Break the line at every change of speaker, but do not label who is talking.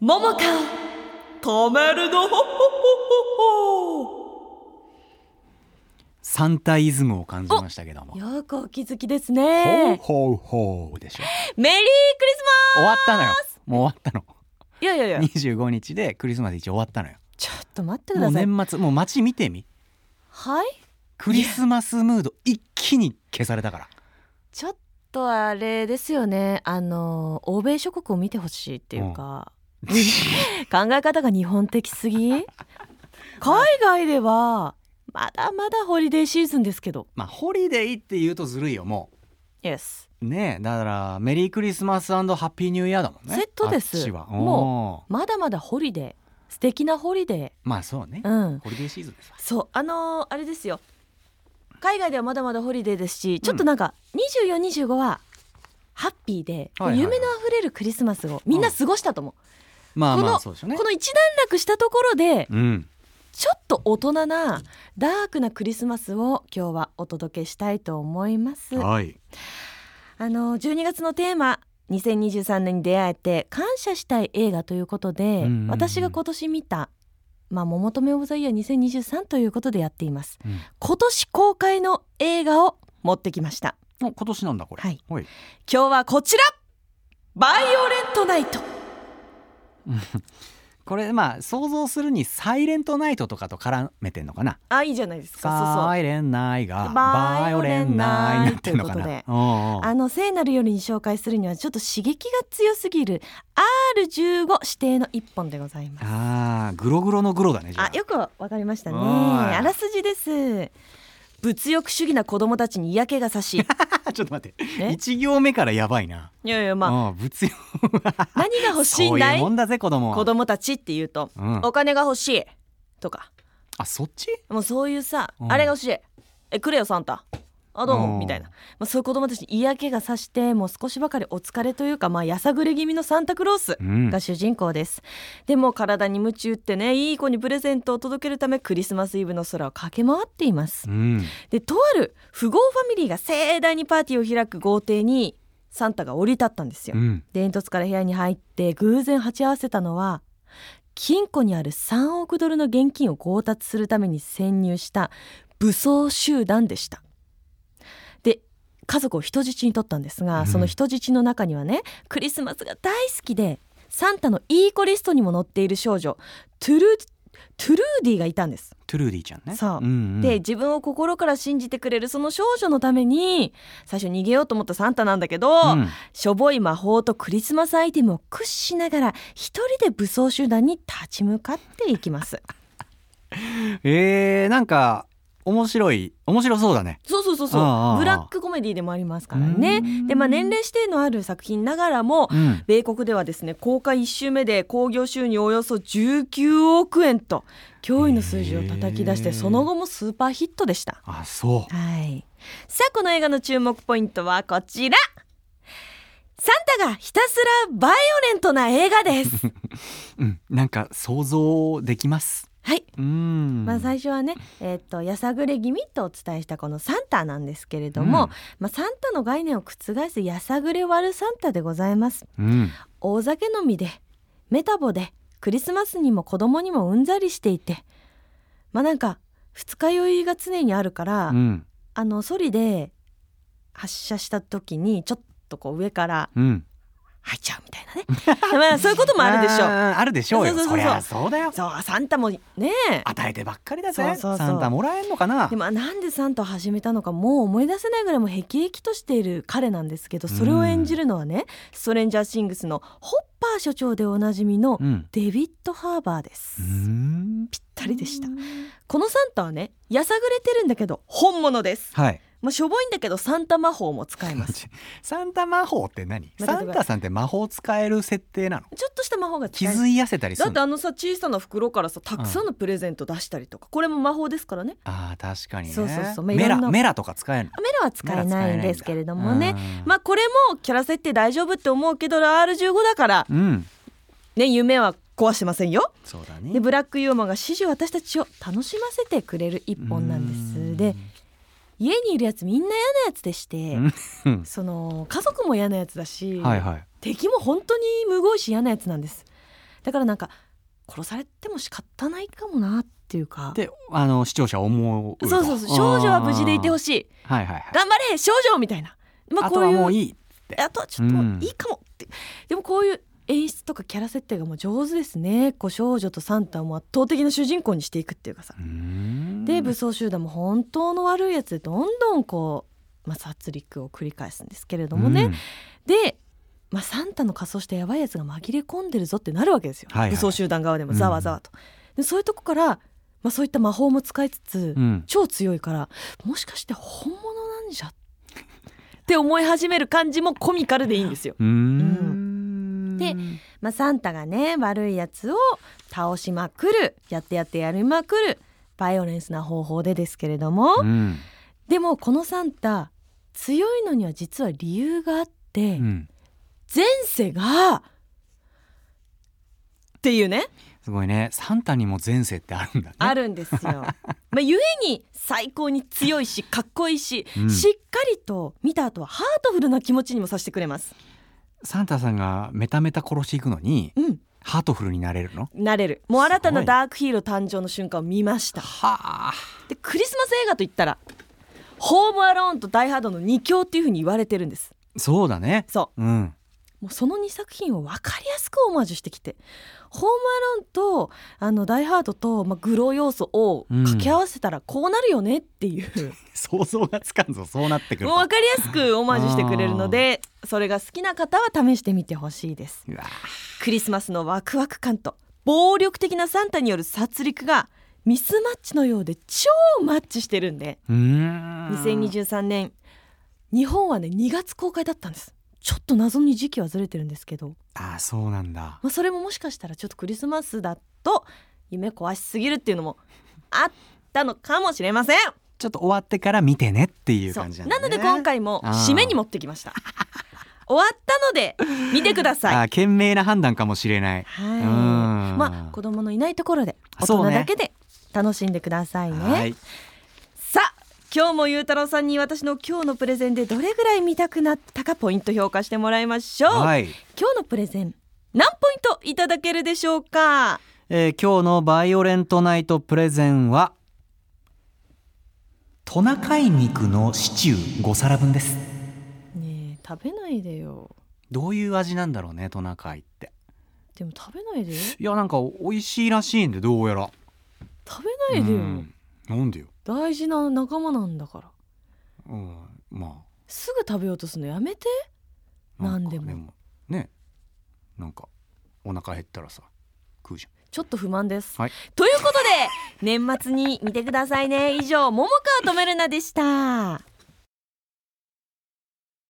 ももか止めるのほほほほ
三体イズムを感じましたけども。
よくお気づきです
ほう
ね
ほうほうでしょ。
メリークリスマス
終わったのよ。もう終わったの。
いやいやいや
二十五日でクリスマス一応終わったのよ。
ちょっと待ってく
も
だ
う
さい
年末もう街見てみ。
はい
クリスマスムード一気に消され たから。
ちょっとあれですよねあの欧米諸国を見てほしいっていうか、考え方が日本的す ぎ海外ではまだまだホリデーシーズンですけど
まあホリデーって言うとずるいよも
Yes
う。ねえだからメリークリスマスハッピーニューイヤーだもんね。
セットです
あっちは
も
も
まだまだホリデー素敵なホリデ
う。まあそうね。
ーうん
ホリデーシーズンですわ。
そうあのーあれですよ海外ではまだまだホリデーですしちょっとなんか2425はハッピーで、
はいはいはい
夢のあふれるクリスマスをみんな過ごしたと思う、
まあ
こ
ま
の
あそうでしょうね
こ。の一段落したところで
うん。
ちょっと大人なダークなクリスマスを今日はお届けしたいと思いますあ
はい。
の12月のテーマ2023年に出会えて感謝したい映画ということで、
うんうんうん
私が今年見たまあ桃留オブザイヤー2023ということでやっています
うん
今年公開の映画を持ってきました
お今年なんだこれ。
はい。
はい。
今日はこちらバイオレントナイト
これまあ想像するにサイレントナイトとかと絡めてんのかな。
あいいじゃないですかそうそう
サイレンナイが
バ
バ
イ
イ
オ
オ
レ
レ
ン
ン
ナ
ナ
イ
イになってんのか
と
な。
いうこ
おうおう
あの聖なる夜に紹介するにはちょっと刺激が強すぎる R15 指定の一本でございます。
あーグログロのグロだねじゃあ
あよくわかりましたね。
おい
あらすじです。物欲主義な子供たちに嫌気がさ し、
ちょっと待って
え
一行目からやばいな、
いやいやまあ
あ、物欲
何が欲しい
そ
ん
う
だ
いう
い
もんだぜ子供は
子供たちって言うと、
うん、
お金が欲しいとか、
あそっち
もうそういうさ、
うん
あれが欲しい、えくれよサンタ。あどう
う
も
ん
みたいな、まあ、そういう子供たちに嫌気がさしてもう少しばかりお疲れというか、まあ、やさぐれ気味のサンタクロース
うん
が主人公です、でも体に夢中ってねいい子にプレゼントを届けるためクリスマスイブの空を駆け回っています
うん
でとある富豪ファミリーが盛大にパーティーを開く豪邸にサンタが降り立ったんですよ、
うん
で煙突から部屋に入って偶然鉢合わせたのは金庫にある3億ドルの現金を強奪するために潜入した武装集団でしたで家族を人質に取ったんですが、
うん
その人質の中にはねクリスマスが大好きでサンタのいい子リストにも載っている少女トゥルトゥルーディがいたんです
トゥルーディちゃんね
そうん
ん
で自分を心から信じてくれるその少女のために最初逃げようと思ったサンタなんだけど、
うん
しょぼい魔法とクリスマスアイテムを駆使しながら一人で武装集団に立ち向かっていきます。
えー、なんか面白い面白そうだね
そうそうそうそう
ああああ
ブラックコメディでもありますからね
うん
で、まあ、年齢指定のある作品ながらも
うん
米国ではですね公開1週目で興行収入およそ19億円と驚異の数字を叩き出して
へえ
その後もスーパーヒットでした。
あそ
はい。さあ、この映画の注目ポイントはこちら。サンタがひたすらバイオレントな映画 です。
う、うん、なんか想像できます
はい。
うん
まあ、最初はね、えーっとやさぐれ気味とお伝えしたこのサンタなんですけれども、
うん
まあ、サンタの概念を覆すやさぐれ悪サンタでございます
うん
大酒飲みでメタボでクリスマスにも子供にもうんざりしていてまあなんか二日酔いが常にあるから、
うん
あのソリで発射した時にちょっとこう上から
うん
入っちゃうみたい なねまあそういうこともあるでしょう
あーあるでしょうよ
そうそうそうそう
そりゃそうだよ
そうサンタもね
与えてばっかりだぜ
そうそうそう
サンタもらえんのかな
でもなんでサンタを始めたのかもう思い出せないぐらいもう辟易としている彼なんですけどそれを演じるのはね、ストレンジャーシングスのホッパー所長でおなじみの
うん
デビッド・ハーバーです、
うん
ぴったりでしたこのサンタはねやさぐれてるんだけど本物です
はい
まあしょぼいんだけどサンタ魔法も使えます
サンタ魔法って何
まあ
サンタさんって魔法使える設定なの
ちょっとした魔法が使
気
える
づいやせたりす
だ
る
って
の
あのさ小さな袋からさたくさんのプレゼント出したりとか、これも魔法ですからね
あー確かにね
そうそうそうまあい
メ
ろん
ラ
な
メラとか使えるの
メラは使えないんですけれどもねま
ま
あこれもキャラ設定大丈夫って思うけど R15 だから
うん
ね夢は壊してませんよ
そうだ
で
ね
ブラックユーモアが始終私たちを楽しませてくれる一本なんですで家にいるやつみんな嫌なやつでして
うんうん
その家族も嫌なやつだし、
はいはい
敵も本当にむごいし嫌なやつなんですだからなんか殺されても仕方ないかもなっていうか
であの視聴者は思うと
そうそうそう少女は無事でいてほ
しい
しい
はいはいはい
頑張れ少女みたいな、ま
あ
あ、
と
こう
は
いう
もういい
あとはちょっと
うん
いいかもって、でもこういう演出とかキャラ設定がもう上手ですねこう少女とサンタをもう圧倒的な主人公にしていくっていうかさ、
うーん
で武装集団も本当の悪いやつでどんどんこう、まあ、殺戮を繰り返すんですけれどもね、
うん
で、まあ、サンタの仮装したやばいやつが紛れ込んでるぞってなるわけですよ、
はいはい
武装集団側でもざわざわと、でそういうとこから、まあ、そういった魔法も使いつつ、
うん
超強いからもしかして本物なんじゃって思い始める感じもコミカルでいいんですよ。
うーん
でまあ、サンタがね悪いやつを倒しまくるやってやってやりまくるバイオレンスな方法でですけれども、
うん
でもこのサンタ強いのには実は理由があって、
うん
前世がっていうね
すごいねサンタにも前世ってあるんだね
あるんです よ。まあ、ゆえに最高に強いしかっこいいし、
うん
しっかりと見た後はハートフルな気持ちにもさせてくれます。
サンタさんがメタメタ殺していくのに
うん、
ハートフルになれるの
なれる。もう新たなダークヒーロー誕生の瞬間を見ました。
はあ
でクリスマス映画といったら「ホームアローン」と「ダイ・ハード」の2強っていうふうに言われてるんです
そうだね
そ
うん
うもうその2作品を分かりやすくオマージュしてきて「ホームアローン」とあの「ダイ・ハードと」まあ、グロ要素を掛け合わせたらこうなるよねっていう、
想像がつかんぞそうなってくる
もう
と
分かりやすくオマージュしてくれるのでそれが好きな方は試してみてほしいです
うわ
クリスマスのワクワク感と暴力的なサンタによる殺戮がミスマッチのようで超マッチしてるんで
うーん
2023年日本はね2月公開だったんですちょっと謎に時期はずれてるんですけど、
あそうなんだ
まあ、それももしかしたらちょっとクリスマスだと夢壊しすぎるっていうのもあったのかもしれません
ちょっと終わってから見てねっていう
そう
感じなんだ、
な
ね、
ので今回も
あー
締めに持ってきました 終わったので見てください
あ賢明な判断かもしれない
はい
うん
まあ子供のいないところで大人
そうね
だけで楽しんでくださいね
はい
さあ今日もゆうたろうさんに私の今日のプレゼンでどれぐらい見たくなったかポイント評価してもらいましょう、
はい
今日のプレゼン何ポイントいただけるでしょうか
えー今日のバイオレントナイトプレゼンはトナカイ肉のシチュー5皿分です
ねえ食べないでよ
どういう味なんだろうねトナカイって
でも食べないでよ
いやなんか美味しいらしいんでどうやら
食べないでよ、
うんなんでよ、
大事な仲間なんだから
うん、まあ
すぐ食べようとするのやめてなんでも
ねなんかお腹減ったらさ食うじ
ちょっと不満です、
はい
ということで年末に見てくださいね以上桃川とめるなでした